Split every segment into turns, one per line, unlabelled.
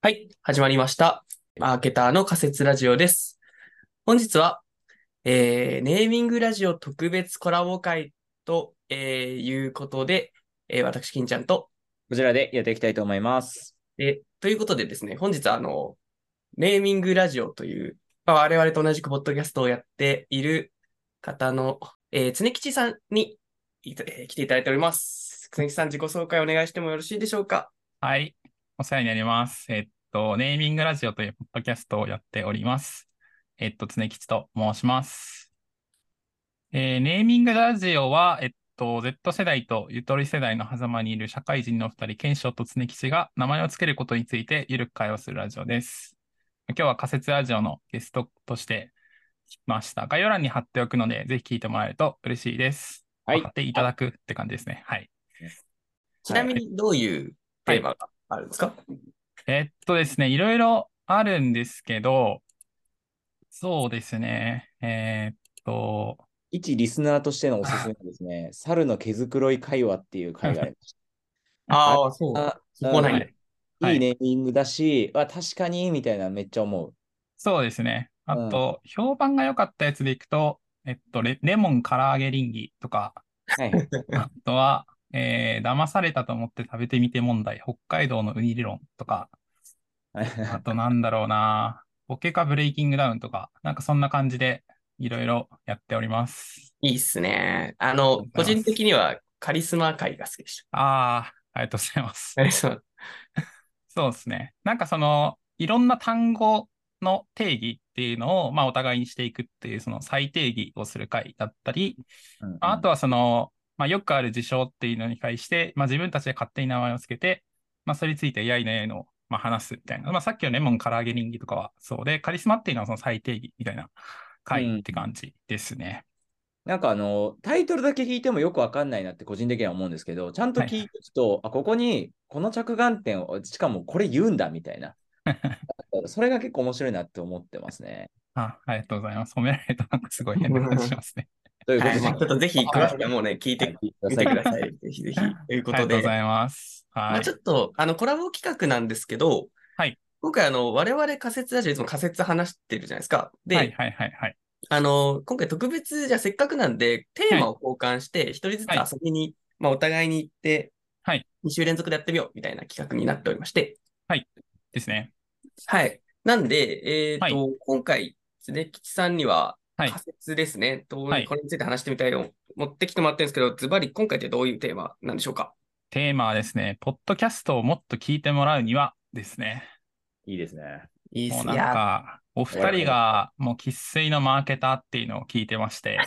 はい、始まりました。マーケターの仮説ラジオです。本日は、えーネーミングラジオ特別コラボ会と、えーいうことで、えー私、金ちゃんと、
こちらでやっていきたいと思います。
でということでですね、本日はあの、ネーミングラジオという、まあ、我々と同じくポッドキャストをやっている方の、えー常吉さんに、いたえー来ていただいております。常吉さん、自己紹介お願いしてもよろしいでしょうか。
はい。お世話になります。えっと、ネーミングラジオというポッドキャストをやっております。えっと、常吉と申します。えーネーミングラジオは、えっと、Z 世代とゆとり世代の狭間にいる社会人のお二人、賢章と常吉が名前をつけることについてゆるく会話するラジオです。今日は仮説ラジオのゲストとして来ました。概要欄に貼っておくので、ぜひ聞いてもらえると嬉しいです。
はい
貼っていただくって感じですね。はい。
ちなみに、どういうテーマがあるんですか、
えっとですね、いろいろあるんですけど、そうですね、えーっと、
一リスナーとしてのおすすめはですね、猿の毛づくろい会話っていう会がありまし
ああ、そう。
た。
そこない
うん
だ
はい
いいネーミングだし、あ確かにみたいなめっちゃ思う。
そうですね。あ
うん
と、評判が良かったやつでいくと、えっと、レ、レモン唐揚げリンギ とか、
はいはい。
あとは、えー騙されたと思って食べてみて問題、北海道のウニ理論とか、あとなんだろうな、ボケかブレイキングダウンとか、なんかそんな感じでいろいろやっております。
いいっすね。あ
あ
の
り、
個
がとうござい
人
ます
的にはカリスマ会が好きでし
ああ、ありがとうございます
た。。カリスマ。
そうですね。なんかその、いろんな単語の定義っていうのを、まあ、お互いにしていくっていう、その再定義をする会だったり、
うん
まああとはその、まあ、よくある事象っていうのに対して、まあ、自分たちで勝手に名前をつけて、まあ、それについてやいのやいのを、まあ、話すみたいな。まあ、さっきのレモン唐揚げ人気とかはそうで、カリスマっていうのはその再定義みたいな会って感じですね。
なんかあの、タイトルだけ聞いてもよくわかんないなって個人的には思うんですけど、ちゃんと聞いていくと、あ、ここにこの着眼点を、しかもこれ言うんだみたいな。それが結構面白いなって思ってますね。
あありがとうございます。褒められるとなんかすごい変な感じしますね。
というこ
はい、まあ
と
ちょっとぜひ、詳しくはもうね、聞い
で、
て
聞いて
みてください。ぜひ ぜひ。と いうこ
あり
と
がとうご
で、
ざいます。
ま
は
あ、
い
ちょ。っと、あの、コラボ企画なんですけど、
はい
今回、あの、我々仮説ラジオいつも仮説話してるじゃないですか。で、
はいはいはいはい。
あの、今回特別、じゃあせっかくなんで、テーマを交換して、一人ずつ
はい
遊びに、まあ、お互いに行って、
はい
2週連続でやってみよう、みたいな企画になっておりまして、
ですね。
はい。なんで、えっと、
はい
今回、常吉さんには
はい
仮説ですね、どう
はい
これについて話してみたいのを持ってきてもらってるんですけど、ズバリ今回ってどういうテーマなんでしょうか
テーマはですね、ポッドキャストをもっと聞いてもらうにはですね、
いいですね。
いい
もう
い
なん
や、
か、お二人がもう生粋のマーケターっていうのを聞いてまして、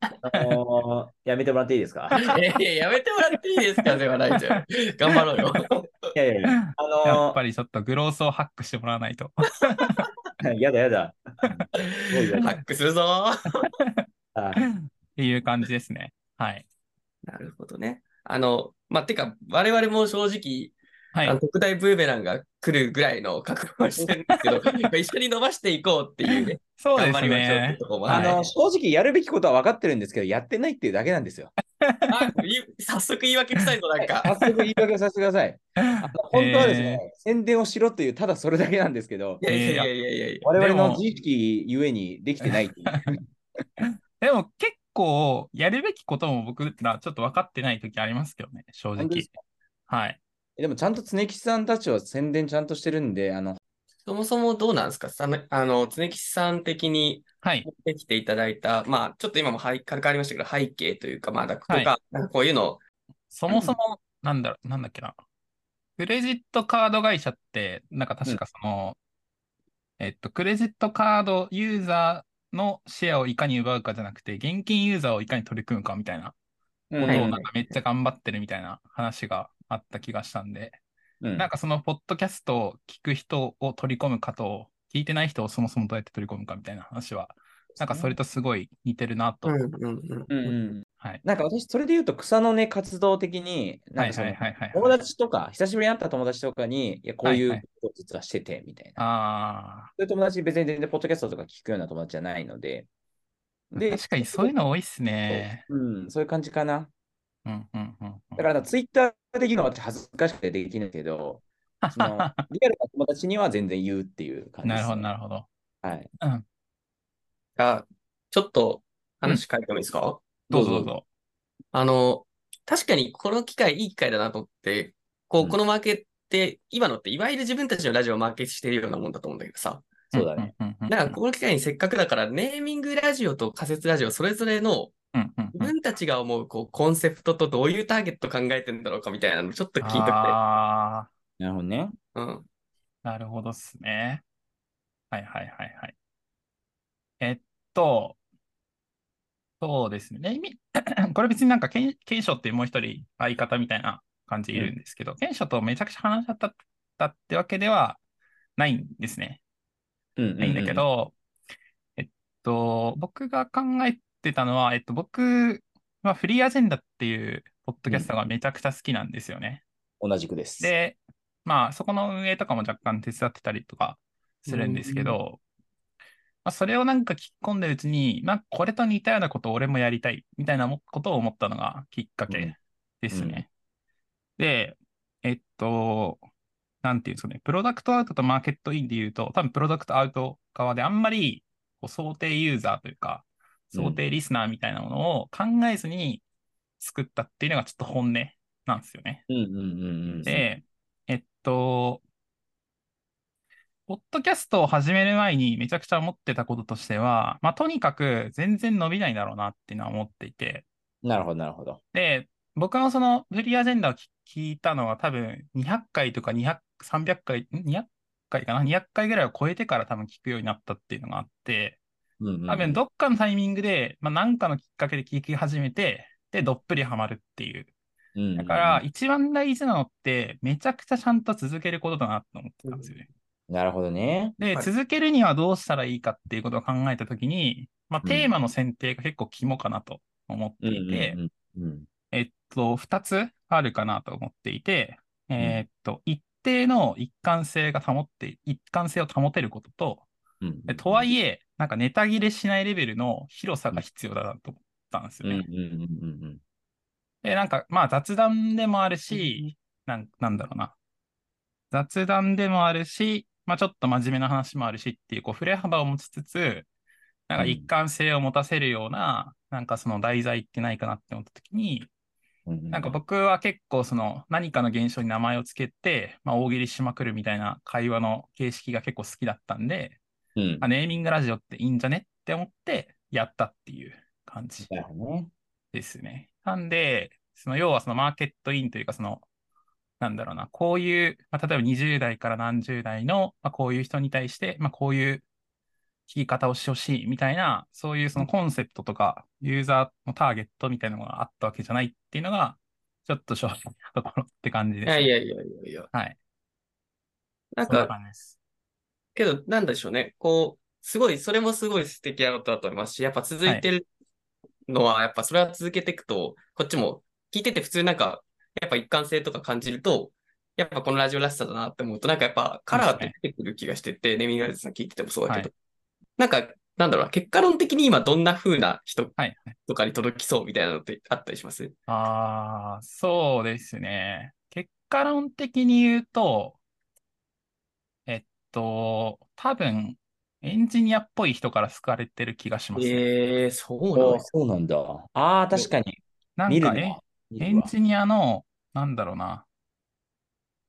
あのーやめてもらっていいですかい
いやいや、やめてもらっていいですかではないじ ゃん。頑張ろうよ。
やいやいや、あのー
やっぱりちょっとグロースをハックしてもらわないと。
やだや だ。すごいや
ハ
だ
ックするぞー。
あ
っていう感じですね。はい。
なるほどね。あの、まあ、てか、我々も正直、
はい
あの特大ブーメランが来るぐらいの覚悟をしてるんですけど、 まあ一緒に伸ばしていこうっていうね、
そう
頑
で
張
す
りましょうって
ね
と。こも
あ
ある
のー正直やるべきことは分かってるんですけど、やってないっていうだけなんですよ。
あい早速言い訳したいぞ、なんか。
早速言い訳をさせてくださ い。あの本当はですね、宣伝をしろという、ただそれだけなんですけど
い、やいやいやいやいやいや。
我々
で
の
も
自意識ゆえにできてないっていう
えーでも結構、やるべきことも僕らちょっと分かってない時ありますけどね、 正
本当で
直
す。
はい。
でもちゃんと常吉さんたちは宣伝ちゃんとしてるんで、あの、
そもそもどうなんですかさあの、常吉さん的に
はい。
持ってきていただいた、まあ、ちょっと今もはい軽くありましたけど、背景というか、まあ、だとか、
はい
なんかこういうの、
そもそも、なんだろ、なんだっけな。クレジットカード会社って、なんか確かその、えっと、クレジットカードユーザーのシェアをいかに奪うかじゃなくて、現金ユーザーをいかに取り組むかみたいな
うん
こ
う
とを
ん
なんかめっちゃ頑張ってるみたいな話があった気がしたんで、
うん
なんかそのポッドキャストを聞く人を取り込むかと、聞いてない人をそもそもどうやって取り込むかみたいな話は、なんかそれとすごい似てるなと。
うんうんうん。
うんうん
はい。
なんか私、それで言うと草の根活動的に、な
は
ん
い
かその
はいはいはい。
友達とか、久しぶりに会った友達とかに、いや、こうい
はいうはい
ことを実はしてて、みたいな。
あ
そういう友達、別に全然ポッドキャストとか聞くような友達じゃないので。
あ。
で、
確かにそういうの多いっすね。
うん、そういう感じかな。
うんうんうんうん。
だから、ツイッターできるのは私恥ずかしくてできないけど、そ のリアルな友達には全然言うっていう感じ
な
です、
るほど、な
る
るほど。
ほど。はい。
あ、ちょっと話変えてもいいですか、
どうぞどうぞ。
あの、確かにこの機会、いい機会だなと思って、こ
う
う、
ん
このマーケって、今のって、いわゆる自分たちのラジオをマーケットしてるようなもんだと思うんだけどさ。
そうだね。
うんうんうんうん。
だから、この機会にせっかくだから、ネーミングラジオと仮説ラジオ、それぞれの
うんうんうん
自分たちが思う、こう、コンセプトとどういうターゲット考えてんだろうかみたいなの、ちょっと聞いとくて。
あ
なるほどね。
うん。
ー、なるほどっすね。はいはいはいはい。えっと、そうですね。ネーミ これ別になんか、ケンケンショウっていうもう一人相方みたいな感じいるんですけど、ケンショウとめちゃくちゃ話し合ったったってわけではないんですね。
うんうんうん、
ないんだけど、えっと、僕が考えてたのは、えっと、僕はフリーアジェンダっていうポッドキャストがめちゃくちゃ好きなんですよね。
同じくです。
で、まあ、そこの運営とかも若干手伝ってたりとかするんですけど、まあ、それをなんか聞き込んでるうちに、まあ、これと似たようなことを俺もやりたいみたいなもことを思ったのがきっかけですね。で、えっと、なんていうんですかね、プロダクトアウトとマーケットインで言うと、多分プロダクトアウト側であんまりこう想定ユーザーというか、
うん
想定リスナーみたいなものを考えずに作ったっていうのがちょっと本音なんですよね。
うんうんうんうん。
で、えっと、ポッドキャストを始める前にめちゃくちゃ思ってたこととしては、まあ、とにかく全然伸びないだろうなっていうのは思っていて、
なるほど、なるほど。
で、僕のそのフリーアジェンダを聞聞いたのは多分200回とか200、300回、ん200回かな ?200 回ぐらいを超えてから多分聞くようになったっていうのがあって、
うんうんうん
多分どっかのタイミングで、まあ、なんかのきっかけで聞き始めて、で、どっぷりハマるってい
うんう
う。
んうん
だから、、一番大事なのって、めちゃくちゃちゃんと続けることだなと思ってたんですよね。
なるほどね。
で、
はい
続けるにはどうしたらいいかっていうことを考えたときに、まあ、
うん
テーマの選定が結構肝かなと思っていて、
うんうんうん
えっと、2つあるかなと思っていて、えーっと、一定の一貫性が保って、一貫性を保てることと、
うんうん
でとはいいえ、なんかネタ切れしないレベルの広さが必要だなと思ったんです
う
よ
んう
ね。
んうんうん
で、なんか、まあ雑談でもあるし、なん、なんだろうな。雑談でもあるし、まあちょっと真面目な話もあるしっていう、こう、触れ幅を持ちつつ、なんか一貫性を持たせるような、なんかその題材ってないかなって思った時に、
うんうん。
なんか僕は結構その何かの現象に名前をつけて、まあ大喜利しまくるみたいな会話の形式が結構好きだったんで、
うん
あ、ネーミングラジオっていいんじゃねって思ってやったっていう感じ。
なるほどね。
ですね。なんで、その要はそのマーケットインというか、その、なんだろうな、こういう、まあ、例えば20代から何十代の、まあ、こういう人に対して、まあ、こういう聞き方をしてほしいみたいな、そういうそのコンセプトとか、ユーザーのターゲットみたいなのがあったわけじゃないっていうのが、ちょっと正直 なところって感じ
い
です、
や
ね。
いやいやいやいや。
はい。
なん
そんな
か、
感じです。
けど、なんでしょうね。こう、すごい、それもすごい素敵なことだと思いますし、やっぱ続いてるのは、やっぱそれは続けていくと、こっちも聞いてて普通なんか、やっぱ一貫性とか感じると、やっぱこのラジオらしさだなって思うと、なんかやっぱカラーって出てくる気がしてて、ネミガルズさん聞いててもそうだけど、
は
なんか、なんだろうな、結果論的に今どんな風な人
はい。
とかに届きそうみたいなのってあったりします
ああ、そうですね。結果論的に言うと、えっと、多分、エンジニアっぽい人から好かれてる気がしますね。
ええー、そうなん
お
です。
そうなんだ。ああ、確かに。
なん
見る
か、
ね
え、。エンジニアの、なんだろうな、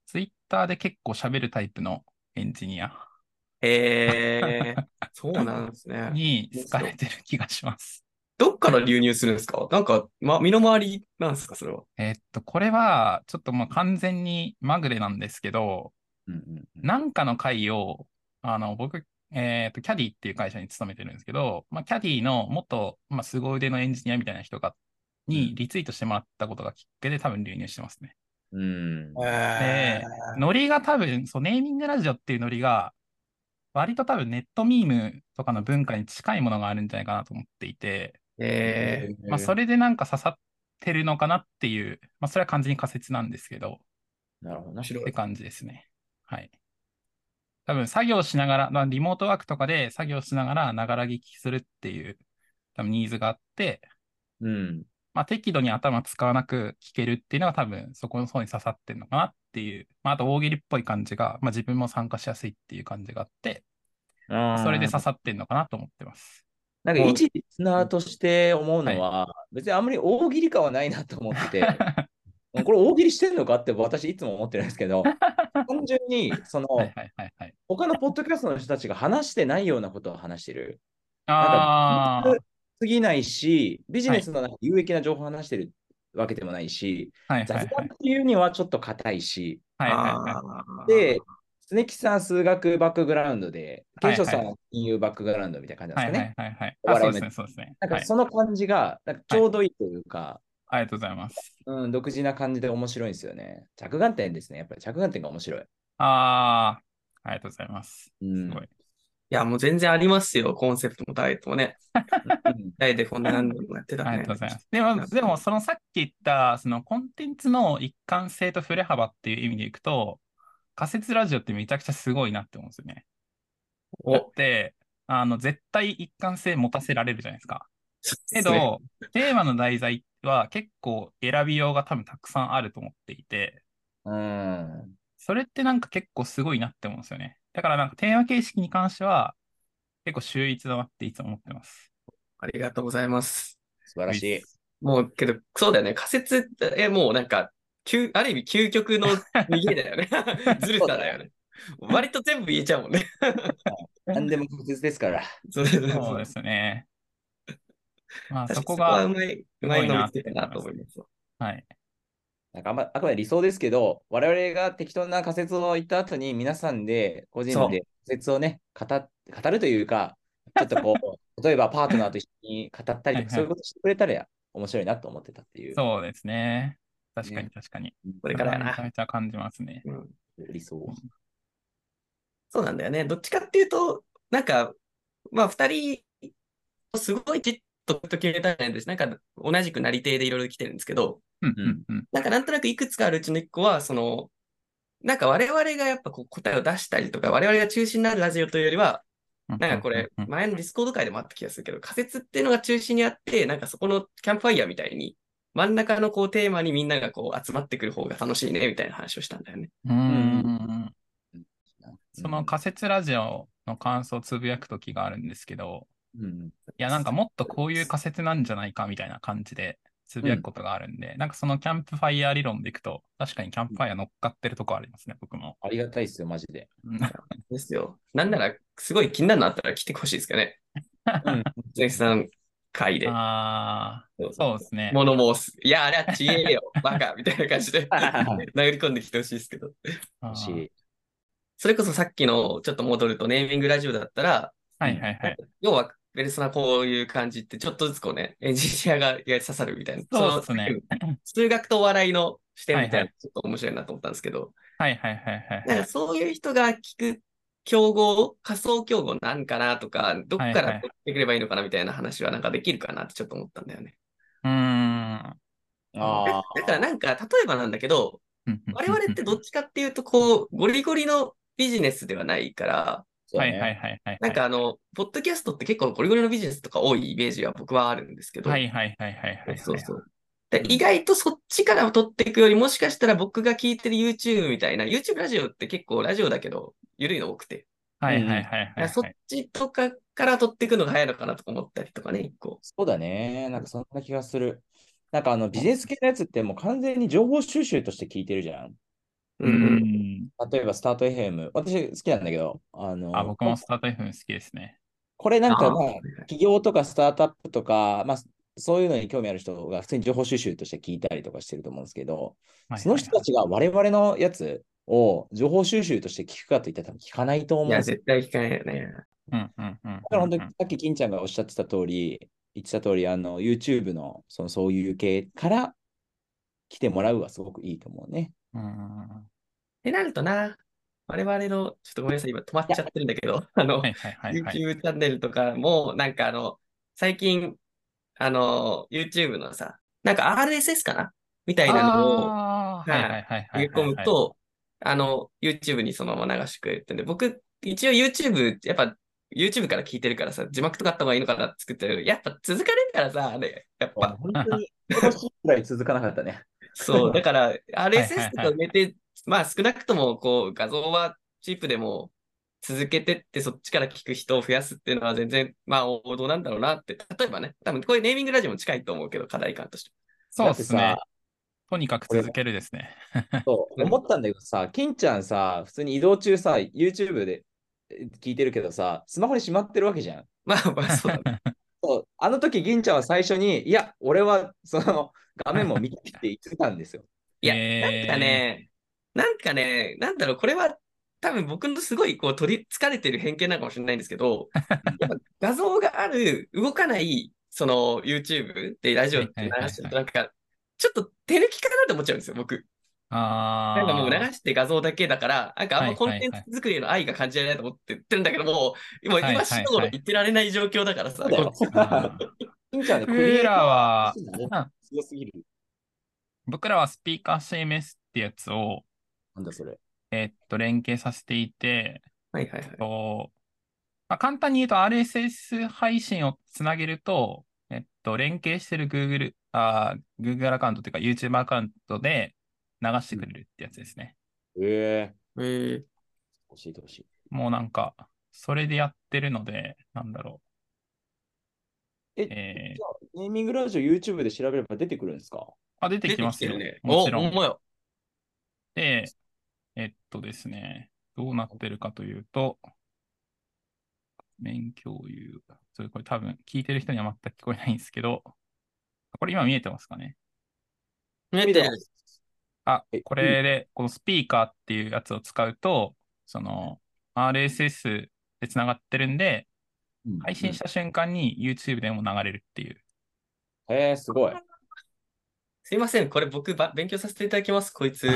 ツイッターで結構喋るタイプのエンジニア
ええー、そうなんですね。
に好かれてる気がします。
どっから流入するんですかなんか、ま、身の回りなんですかそれは。
えっと、これは、ちょっともう完全にまぐれなんですけど、
うんうんうん
なんかの会を、あの、僕、えっと、キャディっていう会社に勤めてるんですけど、まあ、キャディの元、まあ、凄腕のエンジニアみたいな人が、
うん
にリツイートしてもらったことがきっかけで多分流入してますね。
うん。
え
えノリが多分、そう、ネーミングラジオっていうノリが、割と多分ネットミームとかの文化に近いものがあるんじゃないかなと思っていて、
えー
まあ、そ
れ。
れでなんか刺さってるのかなっていう、まあ、それは完全に仮説なんですけど、
なるほどな
面。白
って
い。
感じですね。はい。多分作業しながら、まあ、リモートワークとかで作業しながら、ながら聞きするっていう、多分ニーズがあって、
うん。
まあ、適度に頭使わなく聞けるっていうのが多分そこの層に刺さってるのかなっっていう、まあ、あと大喜利っぽい感じが、まあ、自分も参加しやすいっていう感じがあって、
そ
それで刺さってんのかなと思って ます。
なんか一リスナーとして思うのは、別にあんまり大喜利感はないなと思って て、これ大喜利してんのかって私いつも思ってるんですけ ど、単純にその
はいはいはいはい。
他のポッドキャストの人たちが話してないようなことを話してる。
あ
なんかすぎないし、ビジネスのなんか有益な情報を話してるわけでもないし、
あ、はいはいは
雑
い。
談っていうにはちょっと硬いし、
はいはいは
で、常木さん数学バックグラウンドで、
はい
ケイショウさんは金融バックグラウンドみたいな感じ
い。は
なん
い
ですかね。
はいはいはい。
お
あ、そ
笑
う
い
です
の
ね、そうですね。
なん
は
か
い、
その感じがなんかちょうどいいというか、
ありがとうございます。
うん、独自な感じで面白いんですよね。着眼点ですね。やっぱり着眼点が面白い。
ああ、ありがとうございます。
う
す
ん
ごい。
や、もう全然ありますよ。コンセプトもダイエットもね。ダイエットでこんな何年もやってた
あり
ね
がとうございます。でも、でもそのさっき言った、そのコンテンツの一貫性と振れ幅っていう意味でいくと、仮説ラジオってめちゃくちゃすごいなって思うんですよね。だっ
お、
て、あの、絶対一貫性持たせられるじゃないですか。
そうで
け
すね、
ど、テーマの題材は結構選びようが多分たくさんあると思っていて、
うん。
それってなんか結構すごいなって思うんですよね。だからなんかテーマ形式に関しては、結構秀逸だなっていつも思ってます。
ありがとうございます。
素晴らしい。
もう、けど、そうだよね。仮説え、もうなんか、究ある意味究極の逃げだ よね。ずるさだよね。割と全部言えちゃうもんね。
何でも確実ですから。
そうそうそう
そうですね。ま
確かに
あそ
そ
こ
こは
が
う、まい、うまいの見つけたなと思います。
はい。
なんかあんまあくまで理想ですけど、我々が適当な仮説を言った後に、皆さんで個人
そう
で仮説をね、語っ語るというか、ちょっとこ う、例えばパートナーと一緒に語ったり
は
と
いはい
か、そういうことしてくれたら面白いなと思ってたっていう。
そうですね。確かに
ね
確かに。
これからや
めちゃ
な。
めちゃ感じますね。
うん
理想を。
そうなんだよね。どっちかっていうと、なんか、まあ、二人、すごいじっと決めたじゃないです。なんか、同じくなり手でいろいろ来てるんですけど、
うんうんうん。
なんかなんとなくいくつかあるうちの一個は、その、なんか我々がやっぱこう答えを出したりとか、我々が中心になるラジオというよりは、なんかこれ
う、んうん
前のディスコード会でもあった気がするけど、仮説っていうのが中心にあって、なんかそこのキャンプファイヤーみたいに、真ん中のこうテーマにみんながこう集まってくる方が楽しいね、みたいな話をしたんだよね。
うんうんうんうん。そ
うん
の仮説ラジオの感想をつぶやくときがあるんですけど、
うん
いや、なんかもっとこういう仮説なんじゃないかみたいな感じでつぶやくことがあるんで、なんかそのキャンプファイヤー理論でいくと、確かにキャンプファイヤー乗っかってるとこありますね、僕も。
ありがたいですよ、マジで。
うん
ですよ。なんなら、すごい気になるのあったら来てほしいですけどね。
うん
鈴木さん会で。
あー、そうですね。
物申す。いや、あれはちげえよ、 バカみたいな感じで殴り込んできてほしいですけど。
あー
し、
それこそさっきのちょっと戻るとネーミングラジオだったら、
はいはいはい。
要はペルソナこういう感じってちょっとずつこうね、エンジニアがやり刺さるみたいな。
そうっすね
の。数学とお笑いの視点みた
はい
いな、
は
ちょっと面白いなと思ったんですけど、
はいはいはいはい。
なんかそういう人が聞く競合、仮想競合なんかなとか、どっか
はいは
ら
い
取ってくればいいのかなみたいな話はなんかできるかなってちょっと思ったんだよね。
うーん。
あ
だからなんか、例えばなんだけど、我々ってど
っ
っちかっていうと、こう、ゴリゴリのビジネスではないから、
ち
はいはいはいはい。
なんかあの、ポッドキャストって結構ゴリゴリのビジネスとか多いイメージは僕はあるんですけど、
はいはいはいはいはい。
そうそう。で意外とそっちから取っていくよりもしかしたら僕が聞いてる YouTube みたいな、YouTube ラジオって結構ラジオだけど、緩いの多くて、
はいはいはいはい。
そっちとかから取っていくのが早いのかなとか思ったりとかね、一個。
そうだね。なんかそんな気がする。なんかあのビジネス系のやつってもう完全に情報収集として聞いてるじゃん。
う
うん
うん。
ん。
例えばスタート FM。私好きなんだけど、あの、
あ、僕もスタート FM 好きですね。
これなんか
あー
まあ、企業とかスタートアップとか、まあ、そういうのに興味ある人が普通に情報収集として聞いたりとかしてると思うんですけど、その人たちが我々のやつを情報収集として聞くかといったら多分聞かないと思う
い
んで
や、
すよ
絶対聞かないよね。
うんうんうんうんうん。
だから本当にさっき金ちゃんがおっしゃってた通り、言ってた通り、あの、YouTube の、その、そういう系から来てもらうはすごくいいと思うね。
うんうんうん
ってなるとな、我々の、ちょっとごめんなさい、今止まっちゃってるんだけど、あの、
はいはいはいはい。
YouTube チャンネルとかも、なんかあの、最近、あの、YouTube のさ、なんか RSS かなみたいなのを
あー
はい
はいはいは
入
い。
れ込む、と、あの、YouTube にそのまま流してくれてんで、僕、一応 YouTube、やっぱ YouTube から聞いてるからさ、字幕とかあった方がいいのかなって作ってるけど、やっぱ続かねえからさ、ね、やっぱ。
本当に、今年くらい続かなかったね。
そう、だから、
いはい
RSS とか埋めて、まあ少なくともこう画像はチープでも続けてってそっちから聞く人を増やすっていうのは全然まあ王道なんだろうなって、例えばね、多分こういうネーミングラジオも近いと思うけど、課題感として。
そうです
だっ
ね
て。
とにかく続けるですね。
そう、思ったんだけどさ、金ちゃんさ、普通に移動中さ、YouTube でえ聞いてるけどさ、スマホにしまってるわけじゃん。
まあまあそうだね。
そうあの時、銀ちゃんは最初に、いや、俺はその画面も見てきて言ってたんですよ。
いや
え
なん
ー
かね、なんかね、なんだろう、これは多分僕のすごいこう取り疲れてる偏見なのかもしれないんですけ ど、やっぱ画像がある動かない、その YouTube でラジオって流してると、なんか、ちょっと手抜きかなって思っちゃうんですよ、僕。
あ
なんかもう流
ー
して画像だけだから、なんかあんまコンテン
はいはいはい
ツ作りへの愛が感じられないと思って言ってるんだけども、もう
はいはいは
今、
い
しの頃言ってられない状況だからさ、
そうだ
こ
よ
っち
あ ー
金ちゃんね、クリエ
僕
イタ
ら
ー
は、
の話
うん
が強すぎる。
僕らはスピーカー CMS ってやつを、
なんだそれ。
えっと、連携させていて、
はいはいはい。
とまあ、簡単に言うと RSS 配信をつなげると、えっと、連携してる Google、あー Google アカウントというか YouTube アカウントで流してくれるってやつですね。
え
え
え
ー
教えてほしい。
もうなんか、それでやってるので、なんだろ
え
う。えー
じゃあ、ネーミングラジオ YouTube で調べれば出てくるんですか
あ、出てきますよ。
出てきてるね。
も
お、
ちろ
ほん
ん。
まよ。
で、えっとですね、どうなってるかというと、面共有。それこれ多分聞いてる人には全く聞こえないんですけど、これ今見えてますかね
見
見
て
て
る
ます
あ
え、
これで、このスピーカーっていうやつを使うと、その RSS でつながってるんで、
うん
配信した瞬間に YouTube でも流れるっていう。
うんえー、すごい。
すいません、これ僕ば勉強させていただきます、こいつ。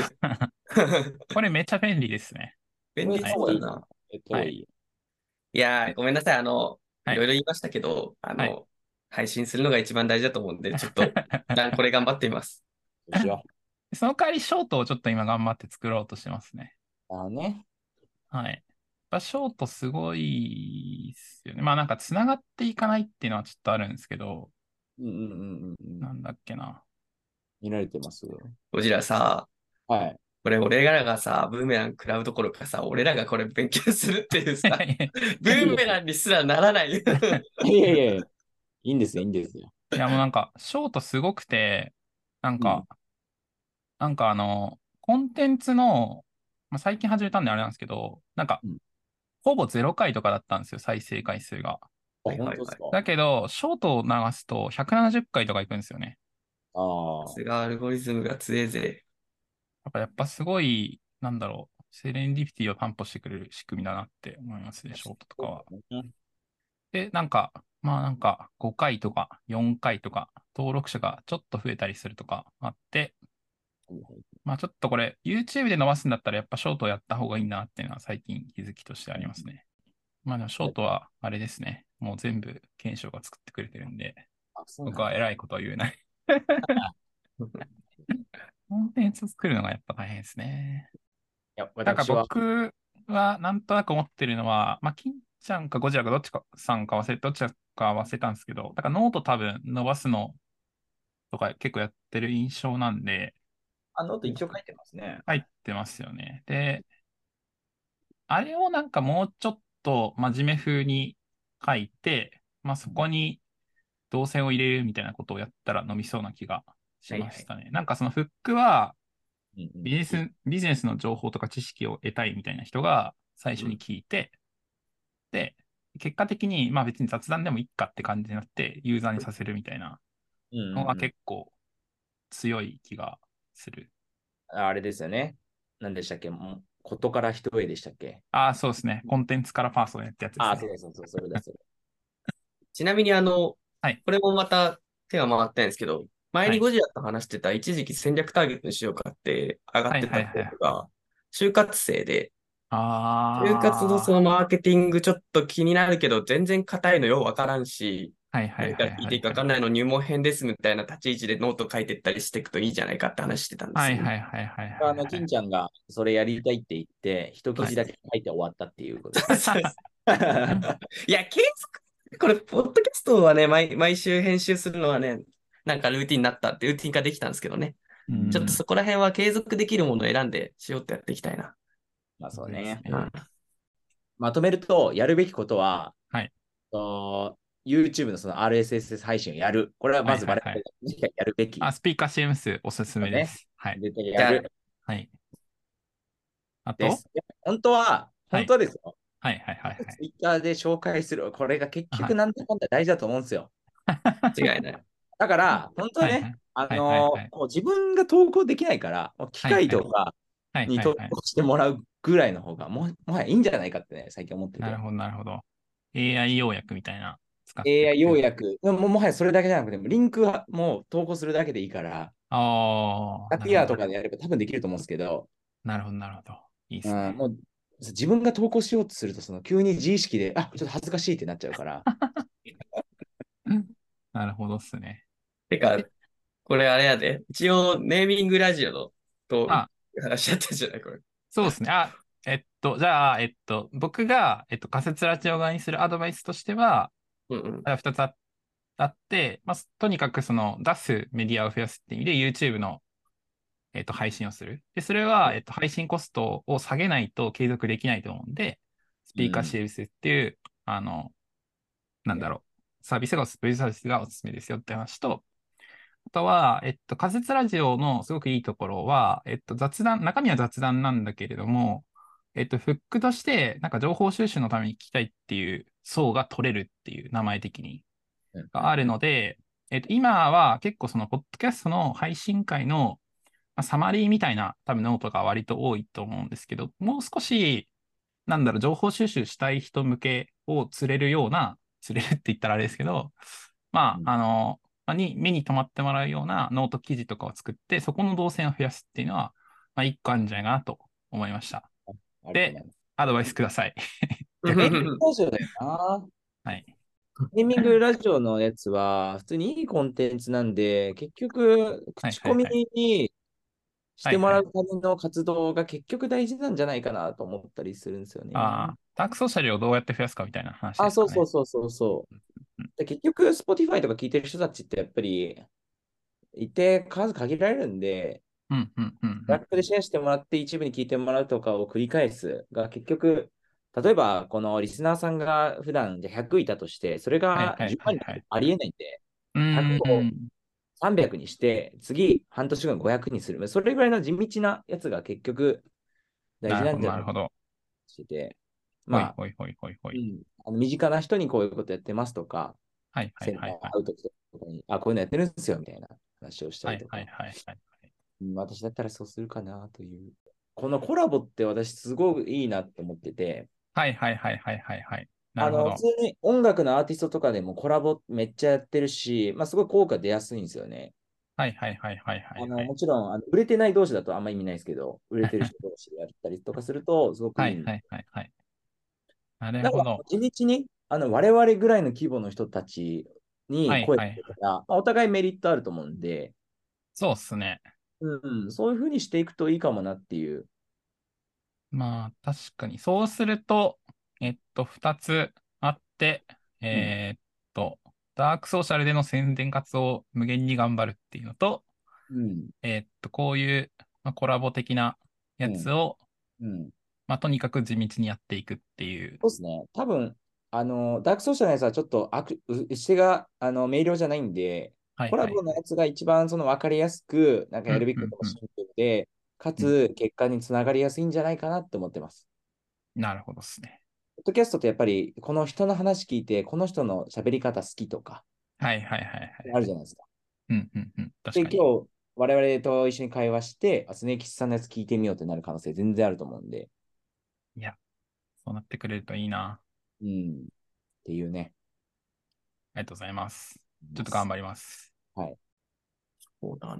これめっちゃ便利ですね。
便利そうだな。
えっと、、
はい
いやー、ごめんなさい。あの、
はい
いろいろ言いましたけど、あの、
はい
配信するのが一番大事だと思うんで、ちょっ と、一旦これ頑張ってみます。
どうしよ
その代わりショートをちょっと今頑張って作ろうとしてますね。
う。あーね。
はい。やっぱショートすごいですよね。まあなんかつながっていかないっていうのはちょっとあるんですけど、
うんうんうんうんう。
なんんだっけな。
見られてます。
ゴジラさ、
はい。
これ俺らがさ、ブーメラン食らうどころかさ、俺らがこれ勉強するっていうさ、
い
ブーメランにすらなら ない。
いやいやいや。いいんですよ、いいんですよ。
やもうなんかショートすごくて、なんか、なんかあの、コンテンツの、まあ、最近始めたんであれなんですけど、なんか
うん、
ほぼ0回とかだったんですよ、再生回数
あ
が。
はい
本
はいはい
当ですか。
だけど、ショートを流すと170回とかいくんですよね。
あ
さ
あ
すがアルゴリズムが強えぜ。
なんかやっぱすごい、なんだろう、セレンディピティを担保してくれる仕組みだなって思いますね、ショートとかは。
うん
で、なんか、まあなんか5回とか4回とか、登録者がちょっと増えたりするとかあって、まあちょっとこれ、YouTube で伸ばすんだったらやっぱショートをやった方がいいなっていうのは最近気づきとしてありますね。まあでもショートはあれですね、もう全部検証が作ってくれてるんで、
あそうなん
僕
だ
は偉いことは言 えない。 コンテンツ作るのがやっぱ大変ですね。
いや、
なんか
私は、
僕はなんとなく思ってるのは、まあ、金ちゃんかゴジラかどっちかさんか忘れどっちか忘れたんですけど、だからノート多分伸ばすのとか結構やってる印象なんで、
あのと一応書いてますね。
入ってますよね。で、あれをなんかもうちょっと真面目風に書いて、まあ、そこに動線を入れるみたいなことをやったら伸びそうな気がしましたね。なんかそのフックは、
うんうん
ビジネス、ビジネスの情報とか知識を得たいみたいな人が最初に聞いて、で、結果的に、まあ別に雑談でもいいかって感じになって、ユーザーにさせるみたいな
うんうんうん
のが結構強い気がする。
あれですよね。何でしたっけもうことから一重でしたっけ
ああ、そうですね。コンテンツからファーストねってやつです、ね。
ああ、そうだそうだそれだそれだ。
ちなみにあの、
はい
これもまた手が回ったんですけど、前
は
に
い
ゴジラと話してた一時期戦略ターゲットにしようかって上がってた
はいはいはい
人が、就活生で、
あー
就活のそのマーケティングちょっと気になるけど、全然硬いのようわからんし、
はいは
何
いは
か
い、はい。
聞いていいかわかんないの入門編ですみたいな立ち位置でノート書いてったりしていくといいじゃないかって話してたんです
は
よ
い
ね。
はいはいはいはい。
あの、金ちゃんがそれやりたいって言って、一記事だけ書いて終わったっていうことです。
そうです いや、継続、これ、ポッドキャストはね毎、毎週編集するのはね、なんかルーティンになったって、ルーティン化できたんですけどね。
うん
ちょっとそこら辺は継続できるものを選んでしようってやっていきたいな。
まあそう
そうです
ね
ね。
うん
まとめると、やるべきことは、
はい
と YouTube のその RSS 配信をやる。これはまず
は
我
いはい
々がやるべき。
あ、スピーカー CM 数おすすめです。はい。
絶対やる
はい。あと、は
で
い
す。本当は、
はい
本当はですよ。
はいはいはい。
Twitter で紹介する。これが結
はい
局なんだかんだ大事だと思うんですよ。
違いない。
だから、本当はね、あ
はい
の
はいはい
もう自分が投稿できないから、もう機械とか
はいはい
に
はい
投
はい。
稿してもらうぐらいの方が、もうもはやいいんじゃないかってね、最近思ってて
な。るほどなるほど。AI 要約みたいな。使ってく
AI
れてる
要。約、ももはやそれだけじゃなくても、リンクはもう投稿するだけでいいから、
ああ。
アピアとかでやれば多分できると思うんですけど、
なるほどなるほど。いいです
うん
ね。
もう自分が投稿しようとすると、その急に自意識で、あちょっと恥ずかしいってなっちゃうから、
なるほどっすね。
てか、これあれやで。一応、ネーミングラジオのと
あ
話し合ったんじゃないこれ。
そうですね。あ、えっと、じゃあ、えっと、僕が、えっと、仮説ラジオ側にするアドバイスとしては、
うんうん。
あ2つああって、まあ、すとにかくその出すメディアを増やすっていう意味で YouTube の、えっと、配信をする。で、それは、えっと、配信コストを下げないと継続できないと思うんで、スピーカー
うん
シービスっていう、あの、なんだろう、サービスがおす、ブリューサービスがおすすめですよって話と、あとは、えっと、仮説ラジオのすごくいいところは、えっと、雑談、中身は雑談なんだけれども、えっと、フックとして、なんか情報収集のために聞きたいっていう層が取れるっていう名前的に
うん
があるので、えっと、今は結構その、ポッドキャストの配信会のまあサマリーみたいな多分ノートが割と多いと思うんですけど、もう少し、なんだろう、情報収集したい人向けを釣れるような、釣れるって言ったらあれですけど、ま
うん
あ、あの、まあに目に留まってもらうようなノート記事とかを作って、そこの動線を増やすっていうのは、まあ、一個あるんじゃないかなと思いました。
あれかな
アドバイスください。
ラジオだよな。
はい。
ネーミングラジオのやつは、普通にいいコンテンツなんで、結局、口コミにしてもらうための活動が結局大事なんじゃないかなと思ったりするんですよね。
ああ、ダークソーシャルをどうやって増やすかみたいな話ですか、ね。
あ、そうそうそうそうそう
う。
うんで結局、Spotify とか聞いてる人たちってやっぱり、いて数限られるんで、
うんうんうんう
ラッ
ん。
クでシェアしてもらって一部に聞いてもらうとかを繰り返すが結局、例えばこのリスナーさんが普段で100いたとして、それが
はいはい
10万に
はいはい
ありえないんで、
う
100を
ん。
300にして、次半年後に500にする。それぐらいの地道なやつが結局大事なんじゃな
な
い
る
か
ほど。
してて、
なる
まあ、
ほどほいほいほいほい
う
ほい。
んあの身近な人にこういうことやってますとか、
はいは
セ
い
ンタ
は
ー
い
に
はい。
会うときとかに、あ、こういうのやってるんですよみたいな話をした
は
り
い
とか、
はいはいはい。
うん私だったらそうするかなという。このコラボって私すごくいいなと思ってて、
はいはいはいはいはいはい。な
あ
るほ
の、
ど
普。通に音楽のアーティストとかでもコラボめっちゃやってるし、まあ、すごい効果出やすいんですよね。
はいはいはいはいは
あ
い
の
はい。
もちろんあの、売れてない同士だとあんま意味ないですけど、売れてる人同士でやったりとかすると、すごく
はい
い
い
んで
はいはいはい。なる
だから
ほど。
地道にあの我々ぐらいの規模の人たちに
はい
声
は
か
い
けたら、まあお互いメリットあると思うんで、
そうっすね。
うんうん、そういうふうにしていくといいかもなっていう。
まあ、確かに。そうすると、えっと、2つあって、えーっと、ダークソーシャルでの宣伝活動を無限に頑張るっていうのと、
うん
えーっと、こういう、まあ、コラボ的なやつを、
うん、
まあ、とにかく地道にやっていくっていう。
そうですね。多分あのダークソーシャルのやつはちょっと悪うしてがあの明瞭じゃないんで、
はい
コラ
はい。
ボのやつが一番その分かりやすく、なんかやるべきこともシンプルで、かつ結果につながりやすいんじゃないかなって思ってます。
なるほどですね。
ポッドキャストってやっぱり、この人の話聞いて、この人の喋り方好きとか、
はいはいはい
あ
はい。
るじゃないですか。
うんうんうん。
で、
確
今
かに。
日、我々と一緒に会話して、あスネーキスさんのやつ聞いてみようってなる可能性全然あると思うんで、
そうなってくれるといいな。
うん。っていうね。
ありがとうございます。ちょっと頑張ります。
そうだなぁ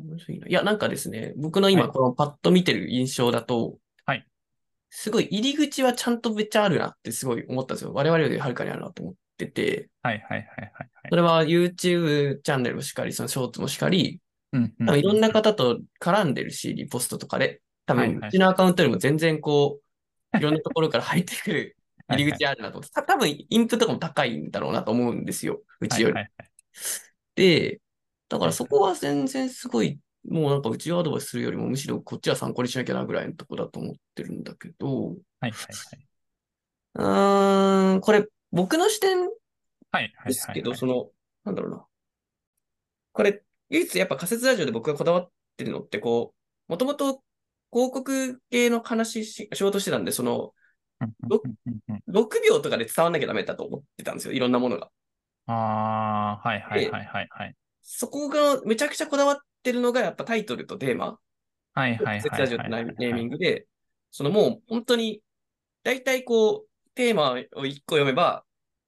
面白いな。いや、なんかですね、僕の今
はい
このパッと見てる印象だと、
はい
すごい入り口はちゃんとめっちゃあるなってすごい思ったんですよ。我々よりはるかにあるなと思ってて、
はいはいはいはいはい
そ。れは YouTube チャンネルもしかり、そのショーツもしかり、
うんう
多分いろんな方と絡んでるし、リポストとかで、多
はいは
分
いう
ちのアカウントよりも全然こ う、いろんなところから入ってくる入り口あるなと思って、た多分インプットとかも高いんだろうなと思うんですよ、うちより
はいはいはいはいはい
で、だからそこは全然すごいもうなんかうちをアドバイスするよりも、むしろこっちは参考にしなきゃなぐらいのとこだと思ってるんだけど、
はいはいはい。
うーん、これ僕の視点
はいはいはい、はい。
ですけど、その、なんだろうな。これ、唯一やっぱ仮説ラジオで僕がこだわってるのって、こう、もともと広告系の話し、仕事してたんで、その、
うんうん
ど
うんうんうん
6秒とかで伝わんなきゃダメだと思ってたんですよ、いろんなものが。
ああ、はいはいはいはいはい。
そこがめちゃくちゃこだわってるのが、やっぱタイトルとテーマ、
はいはいはいはい。
説ラジオってネーミン
グ。
グで、そのもう本当に、大体こう、テーマを1個読めば、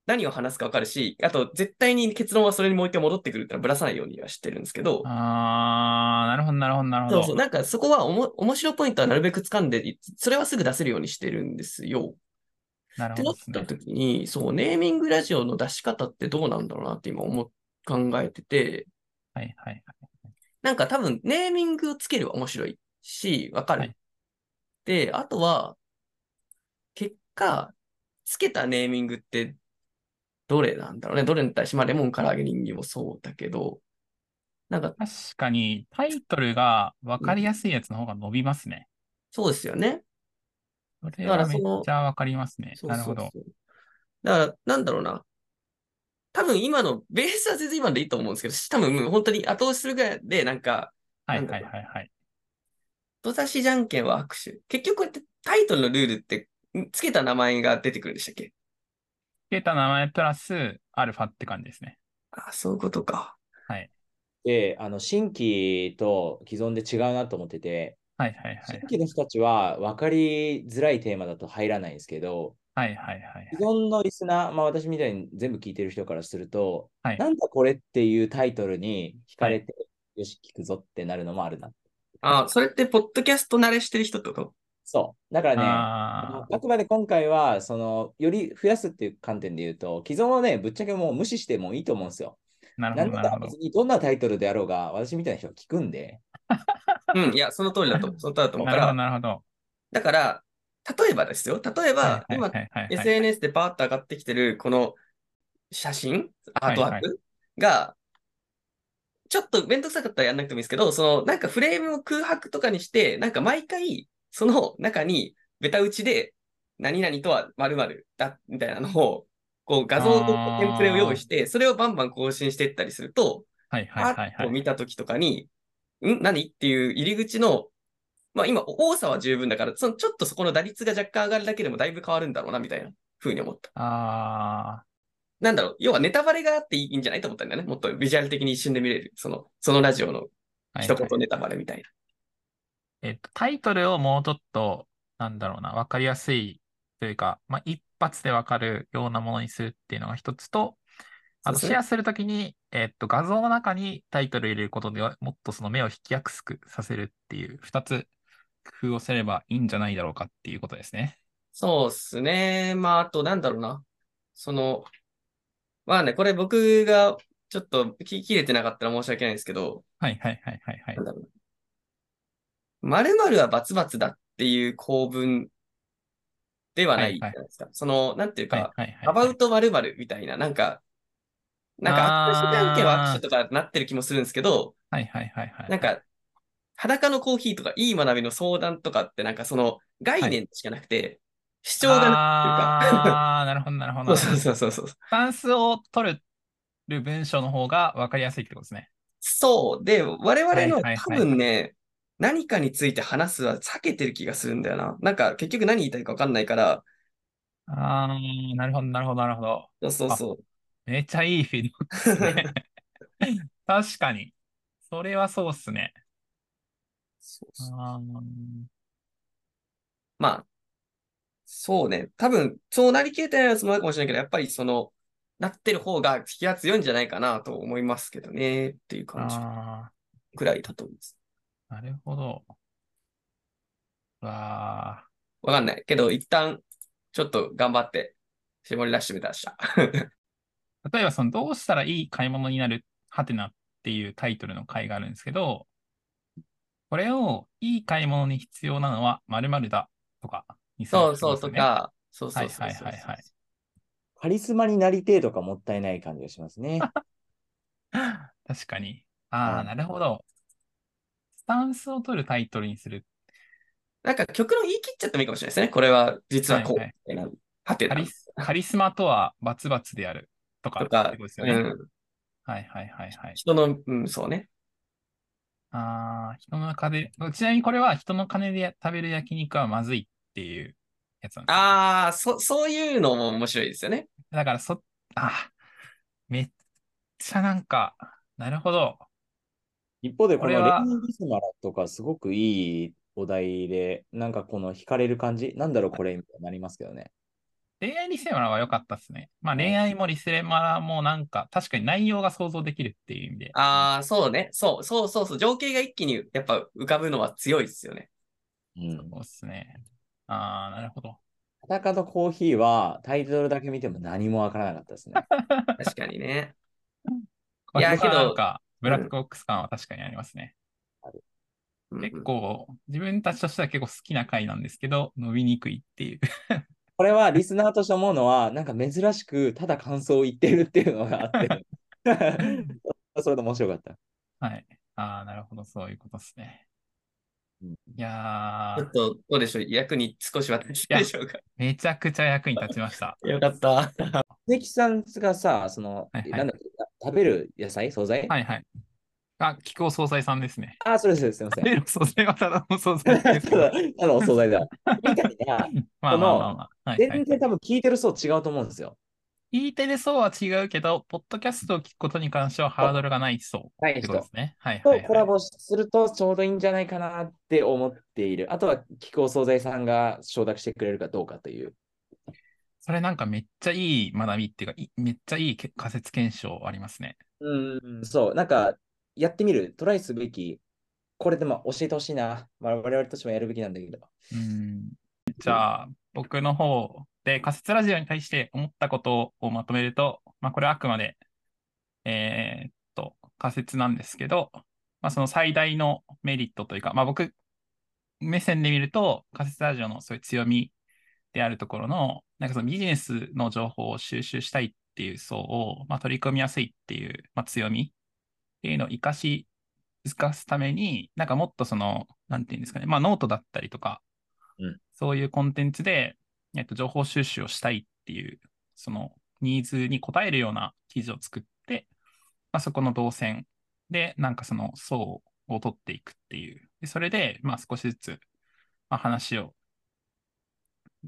何を話すかわかるし、あと絶対に結論はそれにもう一回戻ってくるってのはぶらさないようにはしてるんですけど、
ああ、なるほどなるほどなるほ
そ
ど。
うそう、なんかそこはおも面白ポイントはなるべく掴んで、いそれはすぐ出せるようにしてるんですよ。
なる
って
ほ
な
ど
っ
です
た
ね。
時に、そう、ネーミングラジオの出し方ってどうなんだろうなって今思っ考えてて、
はいはいはい。
なんか多分ネーミングをつければ面白いし、わかる。
はい
で、あとは、結果、つけたネーミングってどれなんだろうね。どれに対して、まあレモン唐揚げ人形もそうだけど、なんか
確かにタイトルが分かりやすいやつの方が伸びますね。
そうですよね。
それ
だから
は
そ
めっ
の
ちゃ分かりますね。
そう
なる
そ
ほ
う
ど。
そう。だから、なんだろうな。多分今の、ベースは全然今のでいいと思うんですけど、多分もう本当に後押しするぐらいで、なんか、
はい
なん
は
だ
い
ろ
はいはい。
後出しじゃんけんは握手。結局これってタイトルのルールって、んつけた名前が出てくるんでしたっけ
つけた名前プラスアルファって感じですね。
あ、そういうことか。
で、あの新規と既存で違うなと思ってて、
はいはいは
新
い。
規の人たちは分かりづらいテーマだと入らないんですけど、
はいはいはい
既存のリスナー、まあ私みたいに全部聞いてる人からすると、
はい
なんだこれっていうタイトルに惹かれて、よし、聞くぞってなるのもあるな。
あ、それって、ポッドキャスト慣れしてる人とか。
そう。だからね、あ
あ
のあくまで今回は、その、より増やすっていう観点で言うと、既存はね、ぶっちゃけもう無視してもいいと思うんですよ。
あ、なる
なん
ほ
だ
どな
ったら
るほど
別。にどんなタイトルであろうが、私みたいな人は聞くんで、
うん、いや、その通り だと思う。その通りだと思う
な
か
るほど
ら。
なるほど。
だから、例えばですよ。例えば、
はい
今
はいはいはいはい
SNS でバーッと上がってきてるこの写真、アートワー
はいは
クが、ちょっと面倒くさかったらやんなくてもいいですけど、そのなんかフレームを空白とかにして、なんか毎回その中にベタ打ちで何々とは〇〇だみたいなのを、こう画像のテンプレを用意して、それをバンバン更新していったりすると、
はいはい
パ
はい
ッ
は
と
い。
見たときとかに、ん何っていう入り口の、まあ今、多さは十分だから、そのちょっとそこの打率が若干上がるだけでもだいぶ変わるんだろうな、みたいな風に思った。
あ
なんだろう、要はネタバレがあっていいんじゃないと思ったんだよね。もっとビジュアル的に一瞬で見れる。その、そのラジオの
あ、はい
一
はい
言ネタバレみたい
えっと、タイトルをもうちょっと、なんだろうな、わかりやすいというか、まあ、一発でわかるようなものにするっていうのが一つと、あ
そ
と、
うですね
シェアするときに、えっと、画像の中にタイトルを入れることでは、もっとその目を引きやすくさせるっていう、二つ工夫をすればいいんじゃないだろうかっていうことですね。
そうっすね。まあ、あと、なんだろうな。その、まあね、これ僕がちょっと聞き切れてなかったら申し訳ないんですけど、
はいはいはいはいはい
なん。だろうな。〇〇はバツバツだっていう構文ではないじゃ
は
ない
はい
いですか。その、なんていう
はい
か、
はいはい
アバ
は
ウ
い。
ト〇〇みたいな、なんか、なんか、
あー
握手じゃんけんは握手とかなってる気もするんですけど、
はいはいはいはい。
なんか、裸のコーヒーとか、いい学びの相談とかって、なんかその概念しかなくて、主張がないっていうか、
ああ、なるほどなるほ ど。
そうそうそうそうそう。
スタンスを取る文章の方がわかりやすいってことですね。
そう。で、我々の
はいはいはい
多分ね、何かについて話すは避けてる気がするんだよな。なんか結局何言いたいか分かんないから、
ああ、なるほど、なるほど、なるほど。
そうそうそう。
めちゃいいフィードバックですね。 確かに。それはそうっすね。
そうそう
あー
まあ、そうね。多分、そうなりきれてないやつもあるかもしれないけど、やっぱりその、なってる方が引きが強いんじゃないかなと思いますけどね、っていう感じ
あ
くらいだと思います。
ー、なるほど。わあ、
わかんない。けど、一旦、ちょっと頑張って、絞り出してみたした。
例えばその、どうしたらいい買い物になる、ハテナっていうタイトルの回があるんですけど、これをいい買い物に必要なのは〇〇だとかにするっ
そ
て
う そう
ことですよ
と
ね。
か、そうそうそう
はい
そう
はいはいはい
カリスマになりてえとかもったいない感じがしますね。
確かに。あ
は
あ、
い
なるほど。タンスを取るタイトルにする。
なんか極論言い切っちゃってもいいかもしれないですね。これは実はこう、
はいはい
みたいな。はて
カ
な
リスカリスマとはバツバツであるとか
とか
ってことですよ
う
ね。
ん。
はいはいはいはい。
人の、うん、そうね。
ああ、人の金で、ちなみにこれは人の金で食べる焼肉はまずいっていうやつなんですよ
ああ、そ、そういうのも面白いですよね。
だからそ、あ、めっちゃなんか、なるほど。
一方で、こ
これ
のレ
は
インリスマラとか、すごくいいお題で、なんかこの惹かれる感じ、なんだろう、これ、みたいになりますけどね。
恋愛リセマラは良かったですね。まあ恋愛もリセマラもなんか、確かに内容が想像できるっていう意味で。
ああ、そうね。そう、そうそうそう。情景が一気にやっぱ浮かぶのは強いですよね。
うん
そうですね。ああ、なるほど。
裸とコーヒーはタイトルだけ見ても何もわからなかったです ね。
確かにね。
こ
い
れ
や
は
けど
なんか、ブラックボックス感は確かにありますね。
うん
結構、自分たちとしては結構好きな回なんですけど、伸びにくいっていう。
これはリスナーとして思うのは、なんか珍しくただ感想を言ってるっていうのがあ って、それで面白かった。
はい。ああ、なるほど。そういうことですね。
うん
いや
ちょ
ー
っ、と、どうでしょう。役に少しは立ちたでしょうか。
めちゃくちゃ役に立ちました。
よかった。
関さんがさ、その、
はいはい
なんだっけ食べる野菜、惣菜、
はいはい。あ、木久扇総裁さんですね。
あ、それです、すみません。
例の総裁はただの総裁ですけ
た
ど
だ。ただお惣菜だ。みたいな、
まあまあまあまあ。はいはい
全然多分聞いてる層違うと思うんですよ。
聞いてる層は違うけど、ポッドキャストを聞くことに関してはハードルがない層
な
っ
い
て
人
ことですね。はいは
と
い、
コラ
はい。
ボするとちょうどいいんじゃないかなって思っている。あとは、気候惣菜さんが承諾してくれるかどうかという。
それなんかめっちゃいい学びっていうか、いめっちゃいいけ仮説検証ありますね。
うん、そう、なんか、やってみる、トライすべき、これでも教えてほしいな。まあ、我々としてもやるべきなんだけど。
うん。じゃあ、僕の方で仮説ラジオに対して思ったことをまとめると、まあこれはあくまで、えーっと、仮説なんですけど、まあその最大のメリットというか、まあ僕目線で見ると仮説ラジオのそういう強みであるところの、なんかそのビジネスの情報を収集したいっていう層を、まあ取り込みやすいっていう、まあ強みっていうのを活かし、活かすために、なんかもっとその、なんていうんですかね、まあノートだったりとか、そういうコンテンツで、えっと、情報収集をしたいっていう、そのニーズに応えるような記事を作って、まあ、そこの動線で、なんかその層を取っていくっていう。でそれで、まあ、少しずつ、まあ、話を、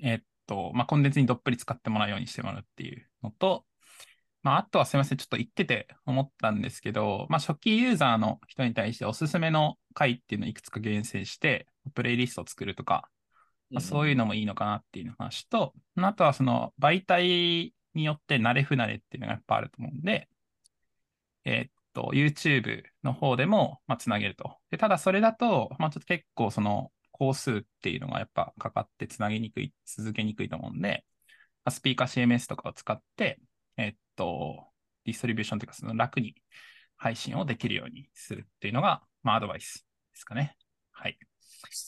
えっと、まあ、コンテンツにどっぷり使ってもらうようにしてもらうっていうのと、まあ、あとはすみません、ちょっと言ってて思ったんですけど、まあ、初期ユーザーの人に対しておすすめの回っていうのをいくつか厳選して、プレイリストを作るとか、まあ、そういうのもいいのかなっていう話と、あとはその媒体によって慣れ不慣れっていうのがやっぱあると思うんで、えーっと、YouTube の方でも、まあ、つなげると。で、ただそれだと、まあ、ちょっと結構その、工数っていうのがやっぱかかってつなげにくい、続けにくいと思うんで、まあ、スピーカー CMS とかを使って、えーっと、ディストリビューションというか、その楽に配信をできるようにするっていうのが、まあ、アドバイスですかね。はい。
あり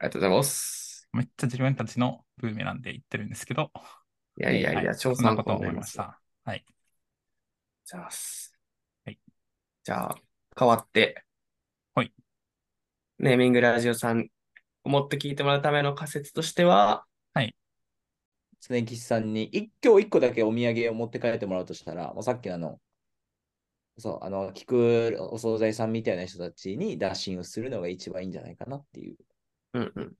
がとうございます。
めっちゃ自分たちのブーメランで言ってるんですけど、
いやいやい
は
や、超
そんな
参
こ
考
とを
にな
思い
りま
ま
し。
したた。はい。
じゃあす
はい
じゃあ、変わって、
はい。
ネーミングラジオさん、もっと聞いてもらうための仮説としては、
常吉さんに一今日一個だけお土産を持って帰ってもらうとしたら、もうさっきのあの、そう、あの、聞くお惣菜さんみたいな人たちに打診をするのが一番いいんじゃないかなっていう。
うんうん。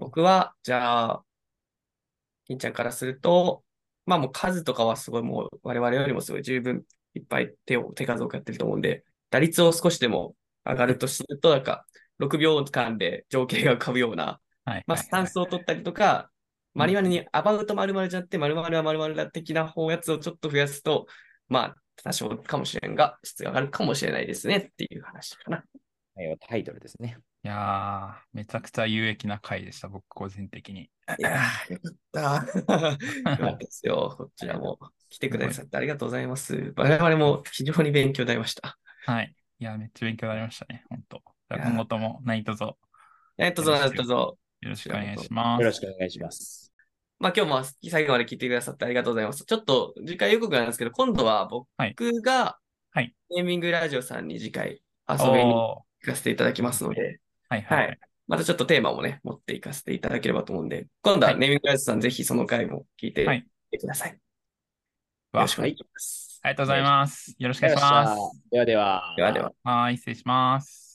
僕は、じゃあ、金ちゃんからすると、まあもう数とかはすごいもう我々よりもすごい十分いっぱい手を、手数多くやってると思うんで、打率を少しでも上がるとすると、なんか6秒間で情景が浮かぶような、
はい。
まあ
はい
スタンスを取ったりとか、
うん
マニュアルにアバウト丸々じゃって、丸々は丸々だ的な方やつをちょっと増やすと、まあ多少かもしれんが、質が上がるかもしれないですねっていう話かな。
はいタイトルですね。
いやー、めちゃくちゃ有益な回でした、僕個人的に。
いやー、よかった。よかったですよ。こちらも来てくださってありがとうございます。我々も非常に勉強になりました。
はい。いやー、めっちゃ勉強になりましたね、本当。じゃあ
いやー
今後とも何卒よ
えっと、どうぞ、どうぞ。
ろしくお願いしま
よろし
す。
くお願いします。
まあ今日も最後まで聞いてくださってありがとうございます。ちょっと次回予告なんですけど、今度は僕が、
はいはい
ネーミングラジオさんに次回遊びに
お
行かせていただきますので、
はいはい。
はいまたちょっとテーマもね、持っていかせていただければと思うんで、今度はネーミングライズさん、ぜひその回も聞いて
はい
みてください。よ
わ
ろしくお願いします。
ありがとうございます。よろしくお願いします。
ではでは。
ではでは。
はい、失礼します。